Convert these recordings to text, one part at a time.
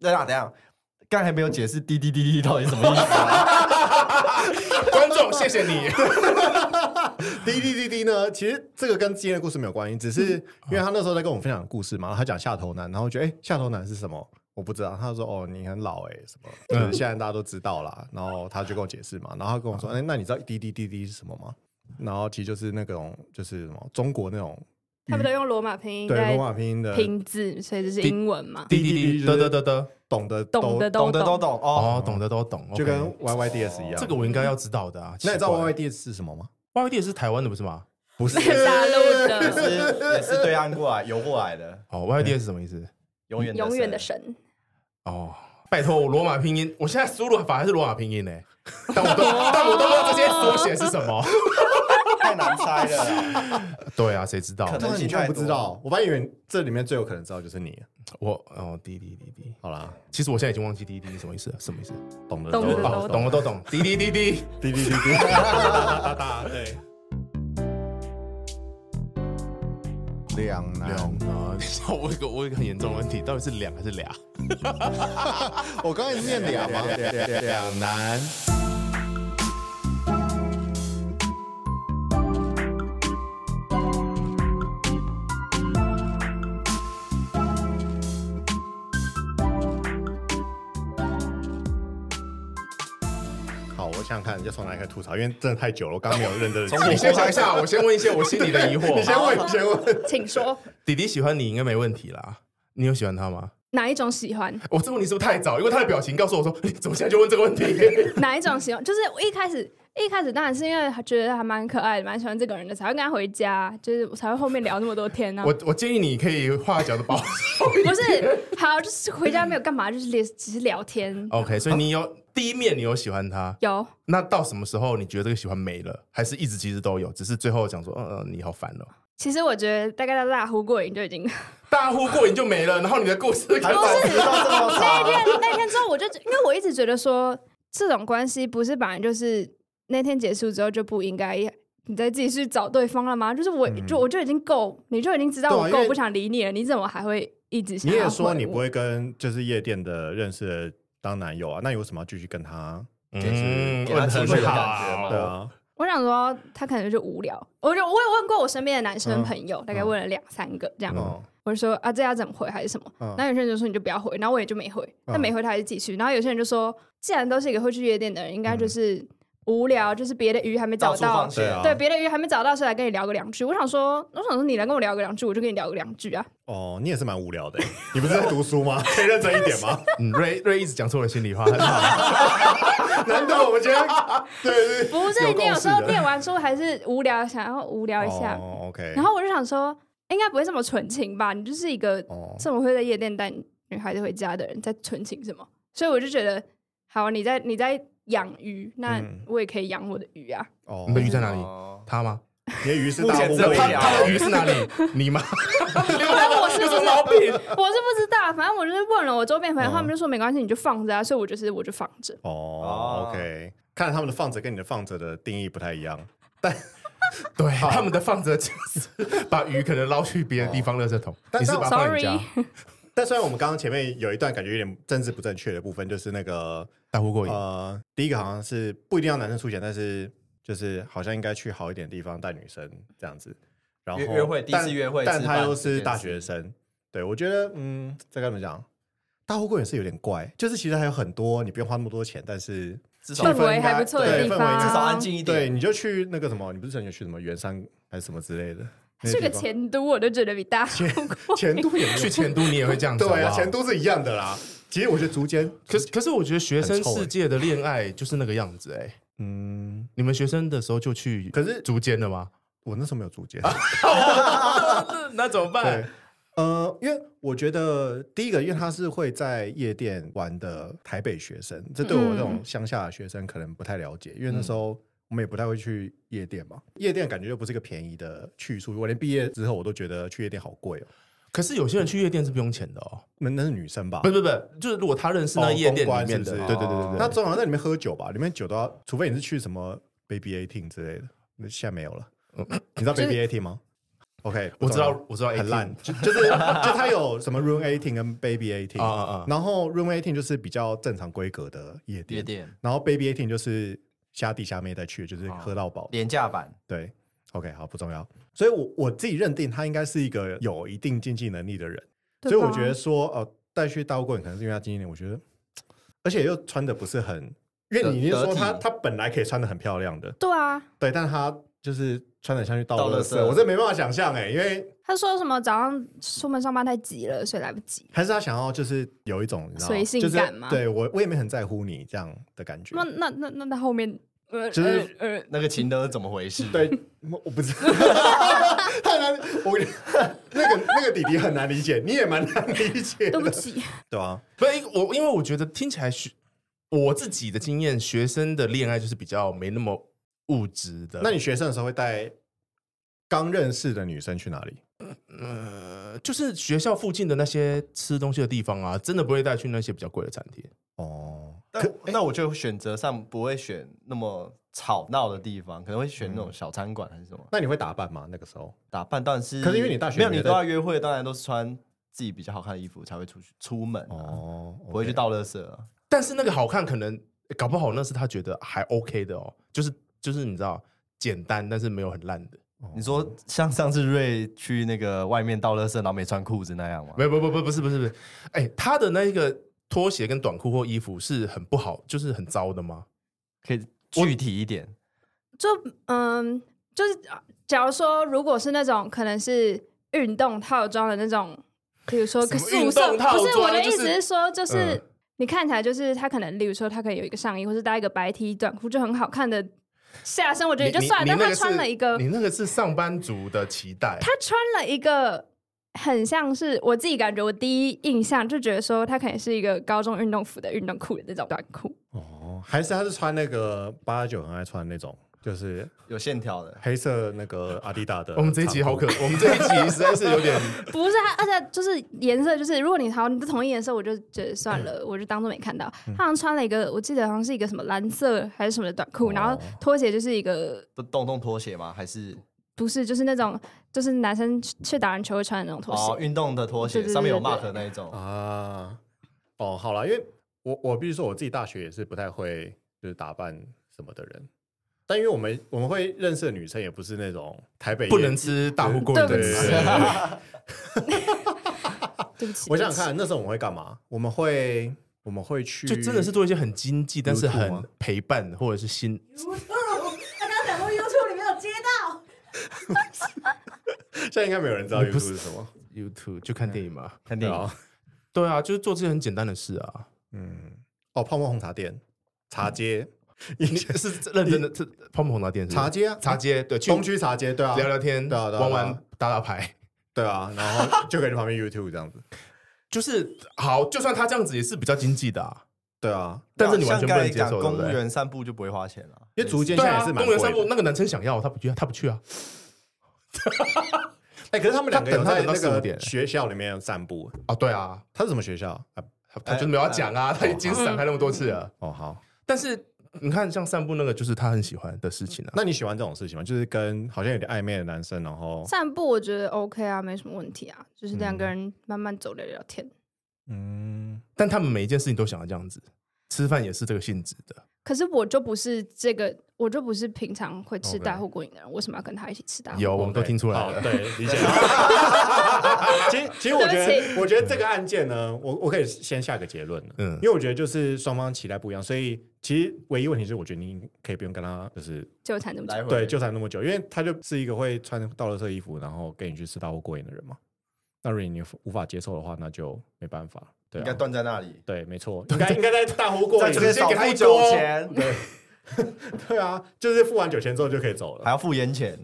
等一下等一下，刚才没有解释滴滴滴滴到底什么意思啊？观众，谢谢你。 滴滴滴滴呢，其实这个跟今天的故事没有关系，只是嗯因为他那时候在跟我们分享故事嘛，然后他讲下头男，然后我觉得哎、诶下头男是什么？我不知道。他说哦，你很老哎、什么？嗯，现在大家都知道啦。然后他就跟我解释嘛，然后他跟我说，嗯哎、那你知道滴滴滴滴是什么吗？然后其实就是那种就是什么中国那种他们都用罗马拼音对在罗马拼音的，拼字，所以这是英文嘛？滴滴滴，得得得得，懂得懂得懂的都懂哦。哦，懂得都懂，就 OK 跟 Y Y D S 一样。这个我应该要知道的啊。那你知道 Y Y 外 D S 是什么吗？外地是台湾的不是吗？不 是 大陆 也的是也是对岸过来游过来的，哦，外地是什么意思？永远永远的神，哦，拜托，我罗马拼音，我现在输入法还是罗马拼 音呢，但我都但我都不知道这些缩写是什么。太难猜了啦。对啊，谁知道可？能那你居然不知道？我本来以为这里面最有可能知道就是你。我哦，滴滴滴滴，好啦，其实我现在已经忘记滴滴是什么意思了，什么意思？懂得懂得哦，懂了都懂，滴滴滴 滴。滴滴滴滴。大大对， 两难。啊，我有个我有一个很严重的问题，到底是两还是俩？我刚才念两吗？两难。好，我想想看，要从哪里开始吐槽？因为真的太久了，我刚刚没有认 真的。你先想一下，我先问一些我心里的 你疑惑。先问，你先问。请说弟弟喜欢你应该没问题啦，你有喜欢他吗？哪一种喜欢？我这问题是不是太早？因为他的表情告诉我说， 你怎么现在就问这个问题？哪一种喜欢？就是我一开始一开始当然是因为觉得还蛮可爱的，蛮喜欢这个人的，才会跟他回家，就是我才会后面聊那么多天呢、啊。 我我建议你可以画脚的包。 不是好，就是回家没有干嘛，就是聊只是聊天。 OK，所以你有第一面你有喜欢他，有那到什么时候你觉得这个喜欢没了，还是一直其实都有，只是最后讲说，嗯、呃、嗯，你好烦哦。其实我觉得大概到大呼过瘾就已经。大呼过瘾就没了，然后你的故事 还保持到这啊么那长，天那天之后，我就因为我一直觉得说，这种关系不是本来就是那天结束之后就不应该你再自己去找对方了吗？就是我、就我就已经够，你就已经知道嗯对啊我因够为不想理你了，你怎么还会一直想你要回我？也说你不会跟就是夜店的认识的当男友啊，那你为什么要继续跟他？嗯，给他问机很会的感觉好嘛对。啊，我想说，他可能就无聊。我就我有问过我身边的男生朋友，大概问了两三个这样。嗯我就说啊，这要怎么回还是什么？嗯然后有些人就说你就不要回，然后我也就没回。嗯但没回他还是继续。然后有些人就说，既然都是一个会去夜店的人，应该嗯就是无聊，就是别的鱼还没找到处到放，对线啊，对，别的鱼还没找到，所以来跟你聊个两句。我想说，我想说你来跟我聊个两句，我就跟你聊个两句啊。哦，你也是蛮无聊的。你不是在读书吗？可以认真一点吗？嗯，瑞瑞一直讲出我的心里话，很好。 难道我觉得对对不是， 有你有共识时候的念完书还是无聊，想要无 聊一下。哦，OK。然后我就想说，应该不会这么纯情吧？你就是一个哦，这么会在夜店带女孩子回家的人，在纯情什么？所以我就觉得，好，你在你在养鱼，那嗯我也可以养我的鱼啊。哦你的鱼在哪里？哦他吗？你的鱼啊是目大前乌只有龟他一样他的鱼是哪里？ 你吗？有什我是不知么道，毛病？我是不知道，反正我就是问了我周边朋友，哦他们就说没关系，你就放着啊。所以我就是我就放着。哦，OK。看来他们的放着跟你的放着的定义不太一样。对，他们的放着就是把鱼可能捞去别的地方垃圾桶，哦但你是把它放在你家 Sorry 但虽然我们刚刚前面有一段感觉有点政治不正确的部分，就是那个大呼过瘾。呃，第一个好像是不一定要男生出钱，但是就是好像应该去好一点的地方带女生这样子。然后约约会第一次但约会但自他办又这件是大事学生，对我觉得嗯，这该怎么讲？大货柜也是有点怪，就是其实还有很多你不用花那么多钱，但是至少氛围应该还不错对的地氛围方，至至少安。静一对，点。你就去那个什么，你不是曾经去什么圆山还是什么之类的？那去个地方前都，我都觉得比大家前都也没有去前都你也会这样子， 对啊，好不好前都是一样的啦。其实我觉得竹间，可是可是我觉得学生很臭欸世界的恋爱就是那个样子哎。嗯，你们学生的时候就去可是竹间了吗？我那时候没有竹间。 嗯那怎么对？，呃，因为我觉得第一个，因为他是会在夜店玩的台北学生，这对我这种乡下的学生可能不太了解，因为那时候我们也不太会去夜店嘛。夜店感觉就不是一个便宜的去处，我连毕业之后我都觉得去夜店好贵哦。可是有些人去夜店是不用钱的哦，那那是女生吧不？是不是，不是就是如果他认识那哦夜店公关里面是的，不是对对对对对，那通常在里面喝酒吧，里面酒都要，除非你是去什么 Baby Eighteen 之类的，那现在没有了。你知道就是 Baby Eighteen 吗？ OK，我知不道重，要我知道 A 很烂，就就是 就它有什么 Room Eighteen 跟 Baby 啊 Eighteen，啊啊！然后 Room Eighteen 就是比较正常规格的夜夜店，店然后 Baby Eighteen 就是虾弟虾妹在去，就是喝到啊饱。廉价版，对，OK，好，不重要。所以我，我自己认定他应该是一个有一定经济能力的人，对所以我吧觉得说，呃，带去大陆过瘾，可能是因为他经济能力，我觉得，而且又穿的不是很，因为得你是得说体他他本来可以穿的很漂亮的，对啊，对，但他就是穿的像去倒倒垃垃圾圾，我这没办法想象哎，因为他说什么早上出门上班太急了，所以来不及。还是他想要就是有一种你知道随性就是感吗对我我也没很在乎你这样的感觉那，那那那那后面，呃就是呃呃，那个情德怎么回事？对，我我不知道， 太难，我那个那个弟弟很难理解，你也蛮难理解对不的，起，对啊吧？不是因我，因为我觉得听起来学我自己的经验，学生的恋爱就是比较没那么物质的。那你学生的时候会带刚认识的女生去哪里？呃，就是学校附近的那些吃东西的地方啊，真的不会带去那些比较贵的餐厅。哦，但那我就选择上不会选那么吵闹的地方，可能会选那种小餐馆还是什么那你会打扮吗？那个时候打扮，但是可是因为你大学没有你没都在要约会，当然都是穿自己比较好看的衣服才会出去出门啊，哦，不会去倒垃圾啊。但是那个好看，可能诶搞不好那是他觉得还 OK 的哦，就是就是你知道，简单但是没有很烂的。哦你说像上次瑞去那个外面倒垃圾，然后没穿裤子那样吗？没有不不不不是不是不是，哎，他的那个拖鞋跟短裤或衣服是很不好，就是很糟的吗？可以具体一点，就嗯，就是假如说，如果是那种可能是运动套装的那种，比如说什么宿舍运动套不装是我的就意是思是说，就是、嗯你看起来就是他可能，例如说他可以有一个上衣，或是搭一个白 T 短裤，就很好看的下身，我觉得也就你算了。你但你那他个是穿了一个，你那个是上班族的期待，他穿了一个很像是我自己感觉，我第一印象就觉得说他可能是一个高中运动服的运动裤的那种短裤，哦，还是他是穿那个八九很爱穿那种，就是有线条的。黑色那 个阿迪达的。我们这一集好可，，我们这一集实在是 有点，不是啊他，而且就是颜色，就是如果你好你不同意颜色，我就觉得算 了，我就当做没看到。他好像穿了一个，我记得好像是一个什么蓝色还是什么的短裤，然后拖鞋就是一个不洞洞拖鞋吗？还是不是就是那种就是男生去去打篮球会穿的那种拖哦鞋，运动的拖对鞋，对对上面有对 mark 对的那一种？啊，哦，好了，因为我我必须说我自己大学也是不太会就是打扮什么的人，但因为我们我们会认识的女生也不是那种台北不能吃大富贵对的不对对起人。对 对对不起，我想想对不起，看，那时候我们会干嘛？我们会我们会去，就真的是做一些很经济，但是 YouTube 很吗陪伴或者是心。他刚刚讲说 YouTube 里面有接到，现在应该没有人知道 YouTube 是什么， YouTube 就看电影嘛，看对电啊影，，对啊，就是做这些很简单的事 啊。嗯，哦，泡沫红茶店、茶街、你是认真的，是泡沫红茶店是不是嗯茶街啊，茶街，对，去东区茶街，对啊，聊聊天，对啊对啊玩对啊玩打打牌，对啊，然后就可以去旁边 YouTube 这样子，就是好。就算他这样子也是比较经济的啊，对啊，但是你完全不像刚能才接讲受，对不公对？园散步就不会花钱了，因为竹间对现在啊也是，蛮公贵园散步的。那个男生想要，他不去，他不去啊。哎，可是他们两个有在他等他等到那四五个点学校里面散步，哦，对啊，他是什么学校啊？他他就是没有要讲啊，他已经闪开那么多次了。哦，好，但是你看，像散步那个，就是他很喜欢的事情啊。那你喜欢这种事情吗？就是跟好像有点暧昧的男生，然后散步我觉得 OK 啊，没什么问题啊，就是两个人慢慢走聊聊天。嗯，但他们每一件事情都想要这样子，吃饭也是这个性质的。可是我就不是这个，我就不是平常会吃 OK 大户过瘾的人，为什么要跟他一起吃大户？有，我们都听出来好了。对，理解。 其 实，其实我觉对不得，我觉得这个案件呢，我我可以先下个结论了，嗯嗯，因为我觉得就是双方期待不一样，所以其实唯一问题是，我觉得你可以不用跟他就是纠缠这么久来，回对纠缠那么久，因为他就是一个会穿到了色衣服，然后跟你去吃大锅过瘾的人嘛。那如果你无法接受的话，那就没办法，对、应啊，该断在那里，对，没错，应该应该在大锅过在瘾这直边接少给他付一酒锅钱，对啊，就是付完九千之后就可以走还了。要付烟钱。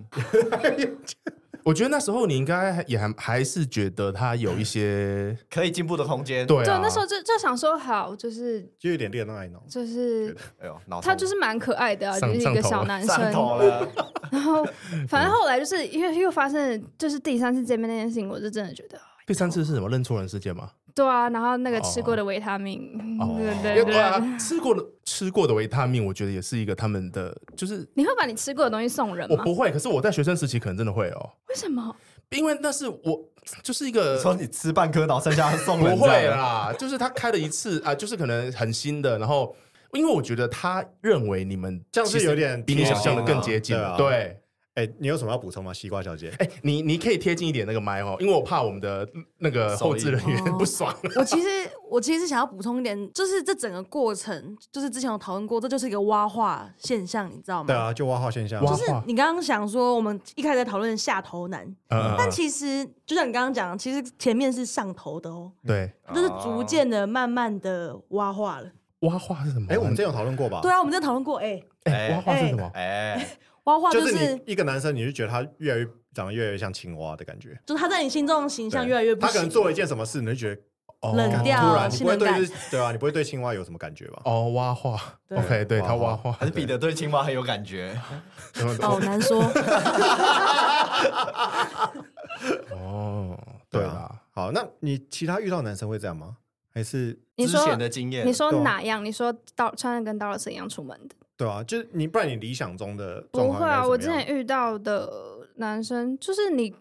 我觉得那时候你应该也还还是觉得他有一些可以进步的空间。，对对啊，，那时候就就想说，好，就是就有点恋爱脑，就是哎呦，脑他痛就是蛮可爱的、啊，就上是一个小男上头生。了， 然后反正后来就是因为又发生了，就是第三次见面那件事情，我就真的觉得，第三次是什么认错人事件吗？对啊。然后那哦个吃过的维他命，对对因为对对，啊，吃过的吃过的维他命，我觉得也是一个他们的，就是你会把你吃过的东西送人我吗？不会，可是我在学生时期可能真的会哦。为什么？因为那是我就是一个说你吃半颗，然后剩下送人不会，啦，就是他开了一次啊，就是可能很新的，然后因为我觉得他认为你们这样是其实有点比你想象的更接贴近心啊，对对。哎，你有什么要补充吗，西瓜小姐？哎，你你可以贴近一点那个麦哦，因为我怕我们的那个后置人员手艺不爽。啊我其实我其实想要补充一点，就是这整个过程，就是之前有讨论过，这就是一个蛙化现象，你知道吗？对啊，就挖号现象，挖就是你刚刚想说，我们一开始在讨论下头男，嗯，但其实就像你刚刚讲，其实前面是上头的哦，对，就是啊逐渐的、慢慢的蛙化了。挖话是什么？哎，我们之前有讨论过吧？对啊，我们在讨论过，哎，哎，挖话是什么？哎，蛙化就就是是你一个男生，你就觉得他越来越长得越来越像青蛙的感觉。就是他在你心中的形象对越来越不他可能行，做了一件什么事，你就觉得哦冷掉突然，你信不会任对感这对啊，你不会对青蛙有什么感觉吧？哦，挖话。对 OK，对他挖挖话还是彼得对青蛙很有感觉，好难 说。哦，对对啦啊。。好，那你其他遇到男生会这样吗？还是你之说前的经验，你说对啊哪样？你说到穿的跟刀老师一样出门的？对啊？就是你，不然你理想中的状不况会啊，应该我是之怎么样前遇到的男生就是你，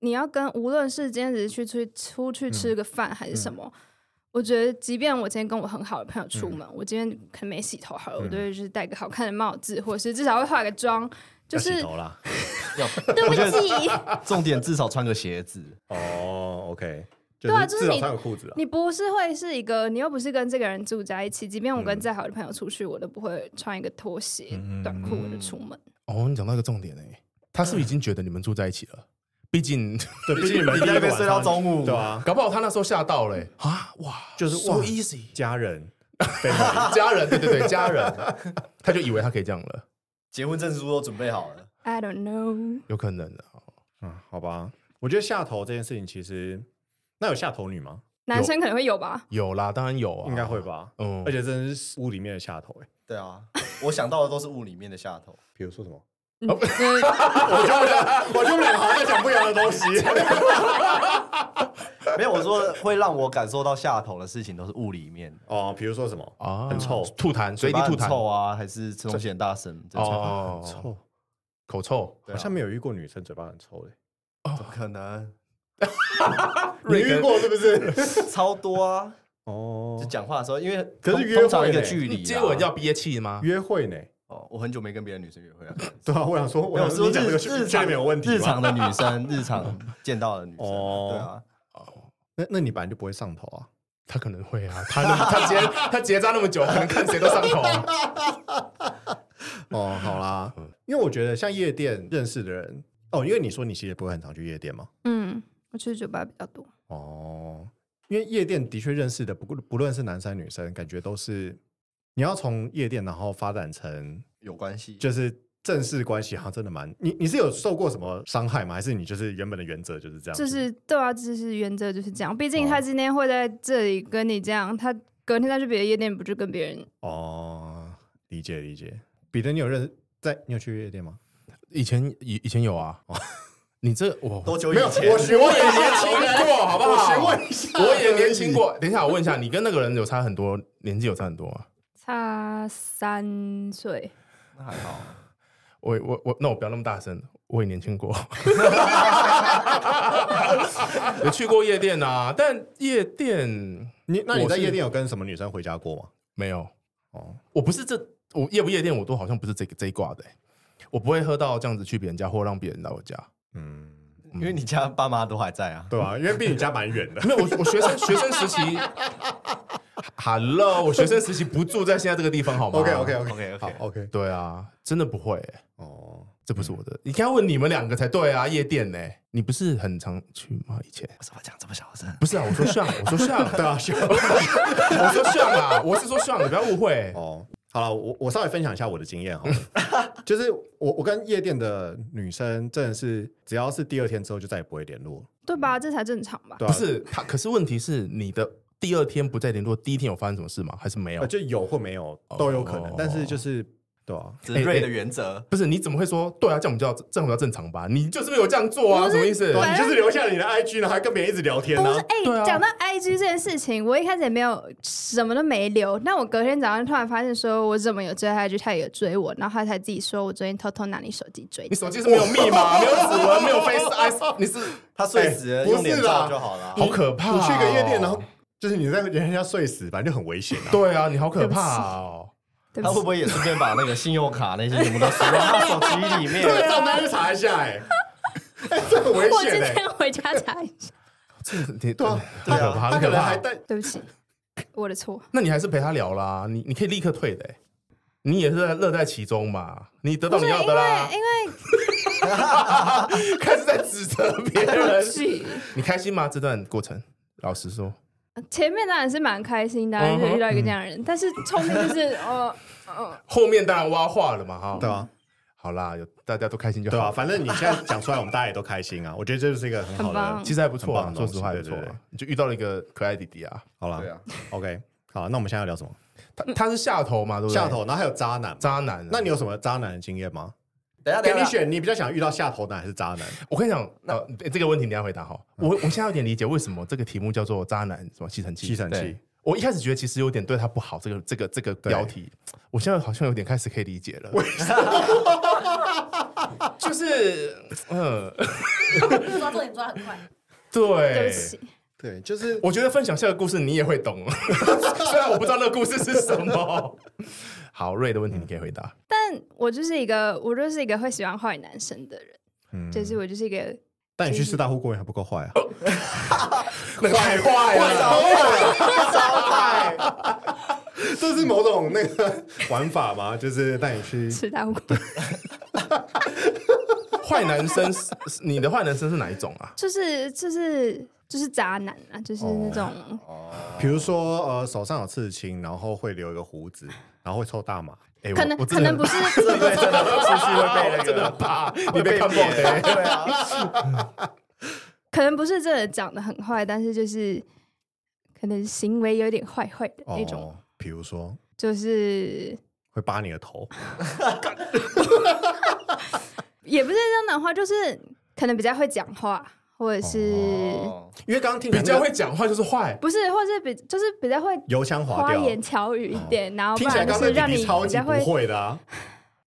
你要跟无论是今天只是去出去出去嗯吃个饭还是什么，我觉得即便我今天跟我很好的朋友出嗯门，我今天可能没洗头好了，我都会就是戴个好看的帽子，或是至少会化个妆，要就是洗头啦。要对不我觉得起， 重点至少穿个鞋子，哦，OK，对啊就就是是至少你穿个裤子啦。你不是会是一个，你又不是跟这个人住在一起，即便嗯我跟再好的朋友出去，我都不会穿一个拖鞋、短裤我就出嗯门。哦，你讲到一个重点哎，他是不是已经觉得你们住在一起了？毕竟， 对，毕竟你们在那第一个边晚睡到上中午对啊，搞不好他那时候吓到了欸啊！哇，就是哇 so easy，家人家人，对对对，家人， 他就以为他可以这样了，结婚证书都准备好了， I don't know，有可能的。 嗯，好吧。我觉得下头这件事情，其实那有下头女吗？男生可能会有吧。有啦，当然有啊，应该会。吧。嗯，而且真的是屋里面的下头哎，对啊，我想到的都是雾里面的下头，比如说什么？哦 嗯呃我就不想，我就不想好像在讲不一样的东西。 没有我说会让我感受到下头的事情都是雾里面的， 哦，比如说什么？啊，很臭吐痰，随地巴吐很痰，臭啊，还是吃东西很大声，这种哦，，臭，口臭，对好啊像没有遇过女生嘴巴很臭的。怎么可能？你遇过是不是？超多啊！哦就，讲话的时候，因为可是通约会通常一个嘞距离啊，接吻要憋气吗？约会呢？哦，我很久没跟别的女生约会了， 对啊，我想说，我没有想说说你讲这日个日确常定没有问题吧日常的女生，日常见到的女生，哦对啊，那那你本来就不会上头 啊？他可能会啊，他那 么他结他结扎那么久，可能看谁都上头啊。哦，好啦，因为我觉得像夜店认识的人，哦，因为你说你其实不会很常去夜店嘛，嗯，我去酒吧比较多。哦，因为夜店的确认识的，不不论是男生女生，感觉都是你要从夜店然后发展成有关系。就是正式关系，好像真的蛮你你是有受过什么伤害吗？还是你就是原本的原则就是这样子？哦就是对啊，就是原则就是这样。毕竟他今天会在这里跟你这样，他隔天再去别的夜店，不就跟别人？哦，理解理解。彼得，你有认在你有去夜店吗？以前以以前有啊，你这我多久以前？询问也年轻过，好不好？我询问一下我也年轻过。等一下，我问一下，你跟那个人有差很多，年纪有差很多啊？差三岁，那还好，我我我，那我不要那么大声，我也年 轻过，有去过夜店啊，但夜店你那你我在是夜店有跟什么女生回家过吗？没有。哦，我不是这，我夜不夜店我都好像不是这个这一挂的欸、我不会喝到这样子去别人家或让别人来我家。嗯，因为你家爸妈都还在啊。对吧、因为毕竟你家蛮 远的。没有，我我学生学生时期，Hello，我学生时期不住在现在这个地方好吗 OK，OK，OK OK 好 OK， OK，对啊，真的不会欸、哦，这不是我的，你应该问你们两个才对啊。夜店呢、你不是很常去吗？以前为什么讲这么小声？不是啊，我说像，我说像，对啊，是 我说像啊，我是说像，你不要误会欸、哦，好了，我我稍微分享一下我的经验 好了，就是我我跟夜店的女生真的是，只要是第二天之后就再也不会联络了，对吧？这才正常吧？对不啊，是他，可是问题是你的第二天不再联络，第一天有发生什么事吗？还是没有呃？就有或没有都有可能，哦但是就是对啊，这是瑞的原则。不是，你怎么会说对啊？这样我们叫这样我们叫正常吧？你就是没有这样做啊？不什是么意思？对啊，你就是留下你的 IG，然后还跟别人一直聊天不呢是，。哎、对啊讲、到 IG 这件事情，我一开始也没有什么都没留，但我隔天早上突然发现，说我怎么有追他 IG，他也有追我，然后他才自己说我昨天偷偷拿你手机追 你。手机是没有密码、没有指纹、没有 Face ID，你是他睡死哎了，不是用脸啦照就好了。啊好可 怕、你去一个夜店，然后就是你在人家睡死，反正就很危险啊。 对啊，你好可怕哦！对他会不起不，会也顺便把那个信用卡那些全部都输到他手机里面这？个账单去查一下，哎， 哎，这很危我今险哎。天回家查一下。 这个挺对啊，很可怕，他很可能可怕还。带啊对不起，我的错。那你还是陪他聊啦，你你可以立刻退的欸、你也是在乐在其中嘛，你得到你要的啦，哎因 为欸开始在指责 别人。是你开心吗？这段过程，老实说，前面当然是蛮开心的啊，嗯就哼遇到一个这样的人，但是后面就是呃呃，后面当然挖话了嘛，哈。对啊，好啦，有大家都开心就对啊，好。反正你现在讲出来，我们大家也都开心啊。我觉得这就是一个很好很棒的啊其实还不错啊很棒，的说东西实话还不错对对啊对。你就遇到了一个可爱弟弟啊，好了，对啊， ，OK，好，那我们现在要聊什么？他他是下头嘛，对不对？下头，然后还有渣男。渣啊男啊。那你有什么渣男的经验吗？等一啊下，给等你一下，选，你比较想遇到下头男还是渣男？我跟你讲，呃，这个问题你要回答哈。嗯我我现在有点理解为什么这个题目叫做渣男什么吸尘器。吸尘器对，我一开始觉得其实有点对他不好，这个这个这个标题，我现在好像有点开始可以理解了。 就是，嗯，抓重点抓很快，对，对不起，对，就是我觉得分享下个故事你也会懂， 虽然我不知道那个故事是什么。好，瑞的问题你可以回答。但我就是一个我就是一个会喜欢坏男生的人，嗯就是我就是一个但你去四大户公园还不够坏啊！那个太坏了，这是某种那个 玩法吗？就是带你去吃大锅，坏男生是，是你的坏男生是哪一种啊？ 就是就是就是渣男啊，就是那种哦比如说呃手上有刺青，然后会留一个胡子，然后会抽大麻。哎，可能我可 能不是对对，真的出去会被那真的个很怕你被 被看爆扁的。对啊，可能不是真的长得很坏，但是就是可能行为有点坏坏的那种，哦，比如说就是会扒你的头，也不是这样的话，就是可能比较会讲话，或者是、哦因为刚刚听起比来较会讲话就是坏，不是，或者是比就是比较会油腔滑花调，言巧语一点，然后不听起来然就刚刚是让弟你弟超比级较不会。会的啊，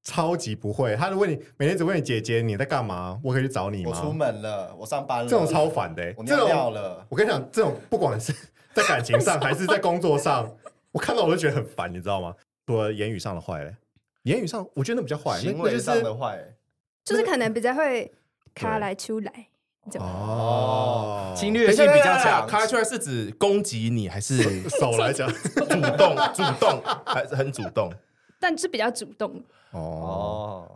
超级不会。他就问你，每天只问你姐姐你在干嘛，我可以去找你我出吗？门了，我上班了，这种超烦的欸，我这尿尿种了，我跟你讲，这种不管是在感情上还是在工作 上，我看到我都觉得很烦，你知道吗？除了言语上的坏嘞，言语上我觉得那比较坏，那行那为就上的是坏欸就是可能比较会卡来出来，这种哦哦，，侵等略一下性比较等一下强。卡出来是指攻击你，还是主手来 讲动？ 主动还是很主动？但是比较主动，哦，哦，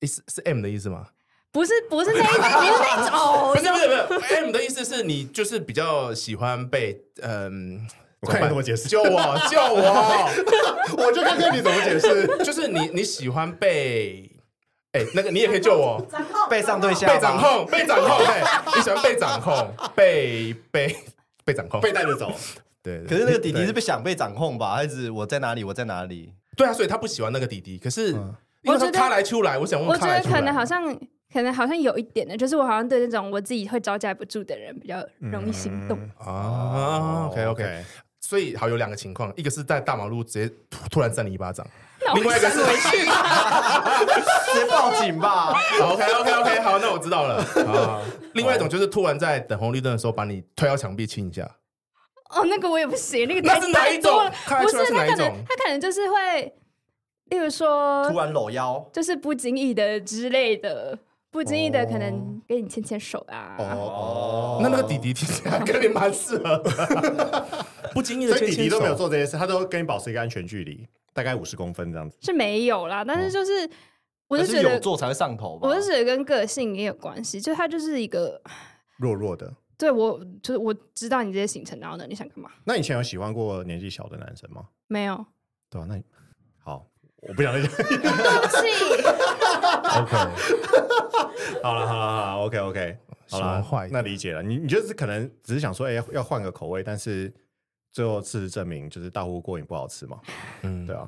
诶是是 M 的意思吗？不是不是那一种，不是那一种哦不是不是不是 M 的意思是你就是比较喜欢被嗯，我看你怎么解释救我哦救我，我就看看你怎么解 释。就是你你喜欢被哎、那个你也可以救我。背上对下吧被掌，控，被掌控，对，你喜欢被掌控，被被被掌控，被带着走，对，对可是那个弟弟是被想被掌控吧？还是我在哪里？我在哪里？对啊，所以他不喜欢那个弟弟。可是嗯因为我觉他得他来出来，我想我问觉他得来出来，可能好像，可能好像有一点的，就是我好像对那种我自己会招架不住的人比较嗯容易心动。 啊，OK 哦 OK，所以好有两个情况，一个是在大马路直接突突然扇你一巴 掌，那另我外一个是直接报警 吧！ OK OK OK，好，那我知道 了啊。哦另外一种就是突然在等红绿灯的时候把你推到墙壁亲一下，哦，那个我也不行，那个那太是哪一太多种了看得不出来是是他哪一可种能他可能就是会，例如说突，然搂腰，就是不经意的之类的，不经意的可哦能给你牵牵手啊。哦那那个弟弟听起来跟你蛮适合的， 不经意的所以牵弟弟都牵手没有。做这些事，他都跟你保持一个安全距离， 大概五十公分这样子。是没有啦，哦但是就是，我就可觉是得有，做才会上头吧？哦我就觉得跟个性也有关系，就他就是一个，弱弱的。对我就是我知道你这些行程，然后呢，你想干嘛？那你以前有喜欢过年纪小的男生吗？没 有，对啊，那你好，我不想再讲。对不起， OK，好了，好了，好了，OK OK，好喜欢了坏，的那理解了。你你就是可能只是想说，哎、要换个口味，但是最后事实证明，就是大呼过瘾不好吃嘛。嗯，对啊，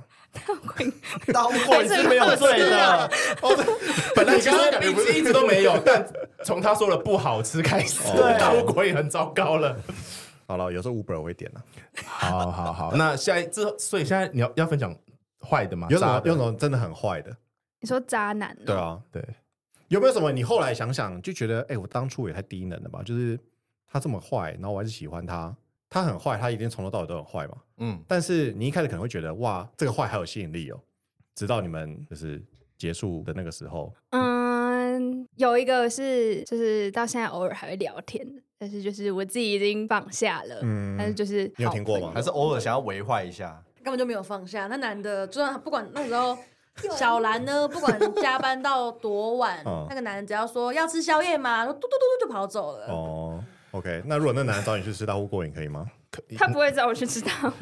大不过你是没有 罪啊的，本来你刚刚感觉不是一直都没有，但从他说了不好吃开始，哦对大陆国也很糟糕了。好了，有时候 Uber 我会点啊。好好 好，那下一之后，所以现在你要要分享坏的吗？有什渣么啊的有什么真的很坏的？你说渣男、哦？对啊，对，有没有什么你后来想想就觉得，哎、我当初也太低能了吧？就是他这么坏，然后我还是喜欢他。他很坏，他一定从头到尾都很坏嘛。嗯，但是你一开始可能会觉得，哇，这个坏还有吸引力哦。直到你们就是结束的那个时候，嗯，有一个是就是到现在偶尔还会聊天，但是就是我自己已经放下了，嗯但是就是你有听过吗好还朋是友偶尔想要为坏一下，根本就没有放下。那男的，就算他不管那时候小兰呢，不管加班到多晚嗯，那个男人只要说要吃宵夜吗，说嘟嘟嘟嘟就跑走了。哦，OK，那如果那男的找你去吃大呼过瘾，可以吗？他不会找我去吃大火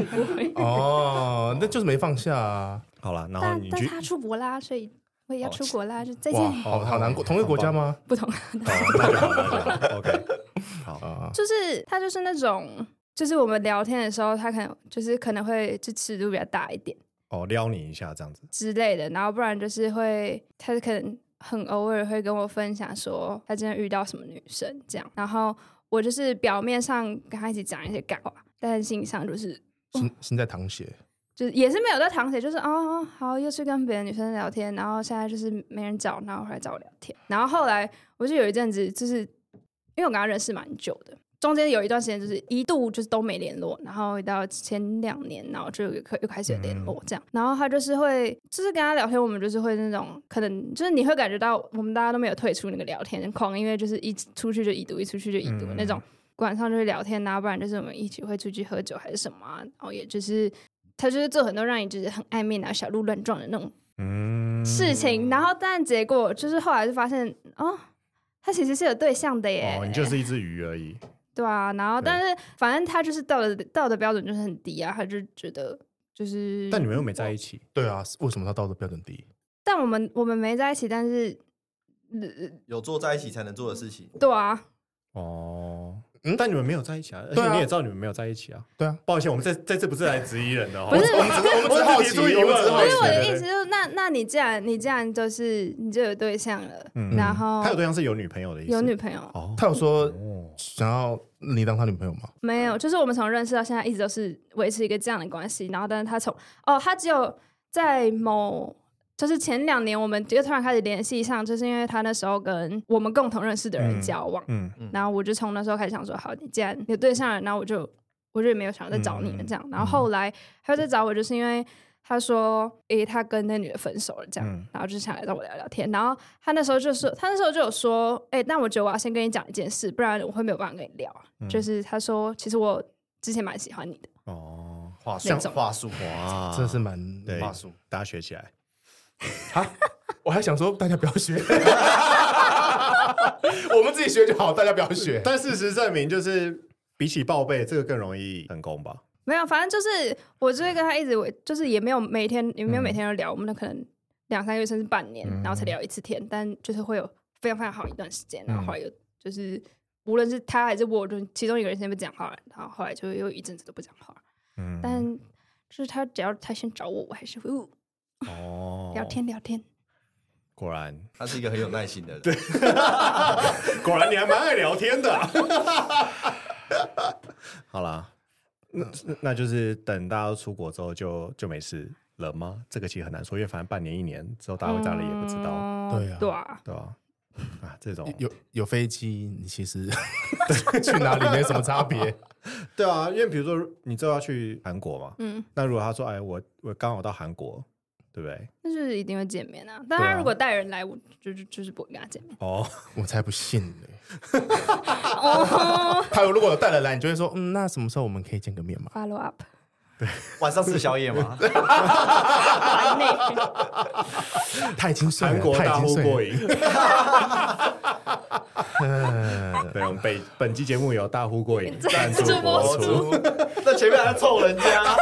锅，哦，那就是没放下啊。好了，然后但你但去他出国啦，所以我也要出国啦，就再哇，见。好好难过，同一个国家吗？不同，哦 OK，啊， 就是他就是那种，就是我们聊天的时候，他可能就是可能会就尺度比较大一点哦，撩你一下这样子，之类的，然后不然就是会，他可能很偶尔会跟我分享说他真的遇到什么女生这样，然后我就是表面上跟他一起讲一些干话，但是心里上就是心心在淌血。就是也是没有在淌血，就是哦哦好，又去跟别的女生聊天，然后现在就是没人找，然后回来找我聊天。然后后来我就有一阵子，就是因为我跟他认识蛮久的，中间有一段时间就是一度就是都没联络，然后到前两年，然后就又又开始有联络这样。然后他就是会，就是跟他聊天，我们就是会那种可能就是你会感觉到我们大家都没有退出那个聊天框，因为就是一出去就已读，一出去就已读、那种。晚上就会聊天啊，不然就是我们一起会出去喝酒还是什么啊，然后也就是他就是做很多让你就是很爱面啊、小鹿乱撞的那种嗯，事情，然后但结果就是后来就发现哦，他其实是有对象的耶，哦，你就是一只鱼而已，对啊，然后但是反正他就是道德道德标准就是很低啊，他就觉得就是，但你们又没在嗯一起，对啊，为什么他道德标准低？但我们我们没在一起，但是有做在一起才能做的事情。对啊，哦，嗯但你们没有在一起啊，而对且啊你也知道你们没有在一起啊，对啊，抱歉，我们这这次不是来质疑人的哦，不 是我们只是我们只是好我只奇，是提出疑我问们只是不好不奇是。我的意对思就是那那你既然你既然就是你就有对象了，嗯然后他有对象是有女朋友的意思，有女朋友哦，他有说哦，想要你当他女朋友吗？没有，就是我们从认识到现在一直都是维持一个这样的关系。然后，但是他从哦，他只有在某就是前两年我们就突然开始联系上，就是因为他那时候跟我们共同认识的嗯人交往，嗯，然后我就从那时候开始想说，好，你既然有对象了，然后我就我就也没有想要再找嗯你了这样。然后后来他再找我，就是因为他说，诶、他跟那女的分手了这样，嗯然后就想来找我聊聊天。然后他那时候就说，他那时候就有说，诶、那我觉得我要先跟你讲一件事，不然我会没有办法跟你聊。嗯就是他说，其实我之前蛮喜欢你的，哦，话术那种话术，哇，真的是蛮对哇 话术，大家学起来，啊！我还想说大家不要学， 我们自己学就好，大家不要学。但事实证明就是。比起报备，这个更容易成功吧？没有，反正就是我就会跟他一直维，就是也没有每天也没有每嗯天都聊，我们可能两三个月甚至半年，然后才聊一次天，但就是会有非常非常好一段时间，嗯然后后来又就是无论是他还是我，就其中一个人先不讲话了，然后后来就又一阵子都不讲话了，嗯，但就是他只要他先找我，我还是会、哦哦，聊天聊天，果然， 他是一个很有耐心的人。对，果然你还蛮爱聊天的。 好啦，那那就是等大家都出国之后就就没事了吗？这个其实很难说，因为反正半年一年之后大家会在哪里也不知道，哦对啊对啊，对吧、啊？这种 有有飞机，你其实 去哪里没什么差别。对啊，因为比如说你之后要去韩国嘛，嗯，那如果他说哎我我刚好到韩国，对不对？那就是一定会见面啊。对但他啊如果带人来，我就就就是不会跟他见面。哦，我才不信呢、他有如果有带了来，你就会说，嗯，那什么时候我们可以见个面嘛？ Follow up，晚上吃宵夜吗？完美。他已经睡韩了，国他大已呼经过睡了。 瘾。 对，我们本本期节目由大呼过瘾赞助赞助播播出出。那前面还在凑人家。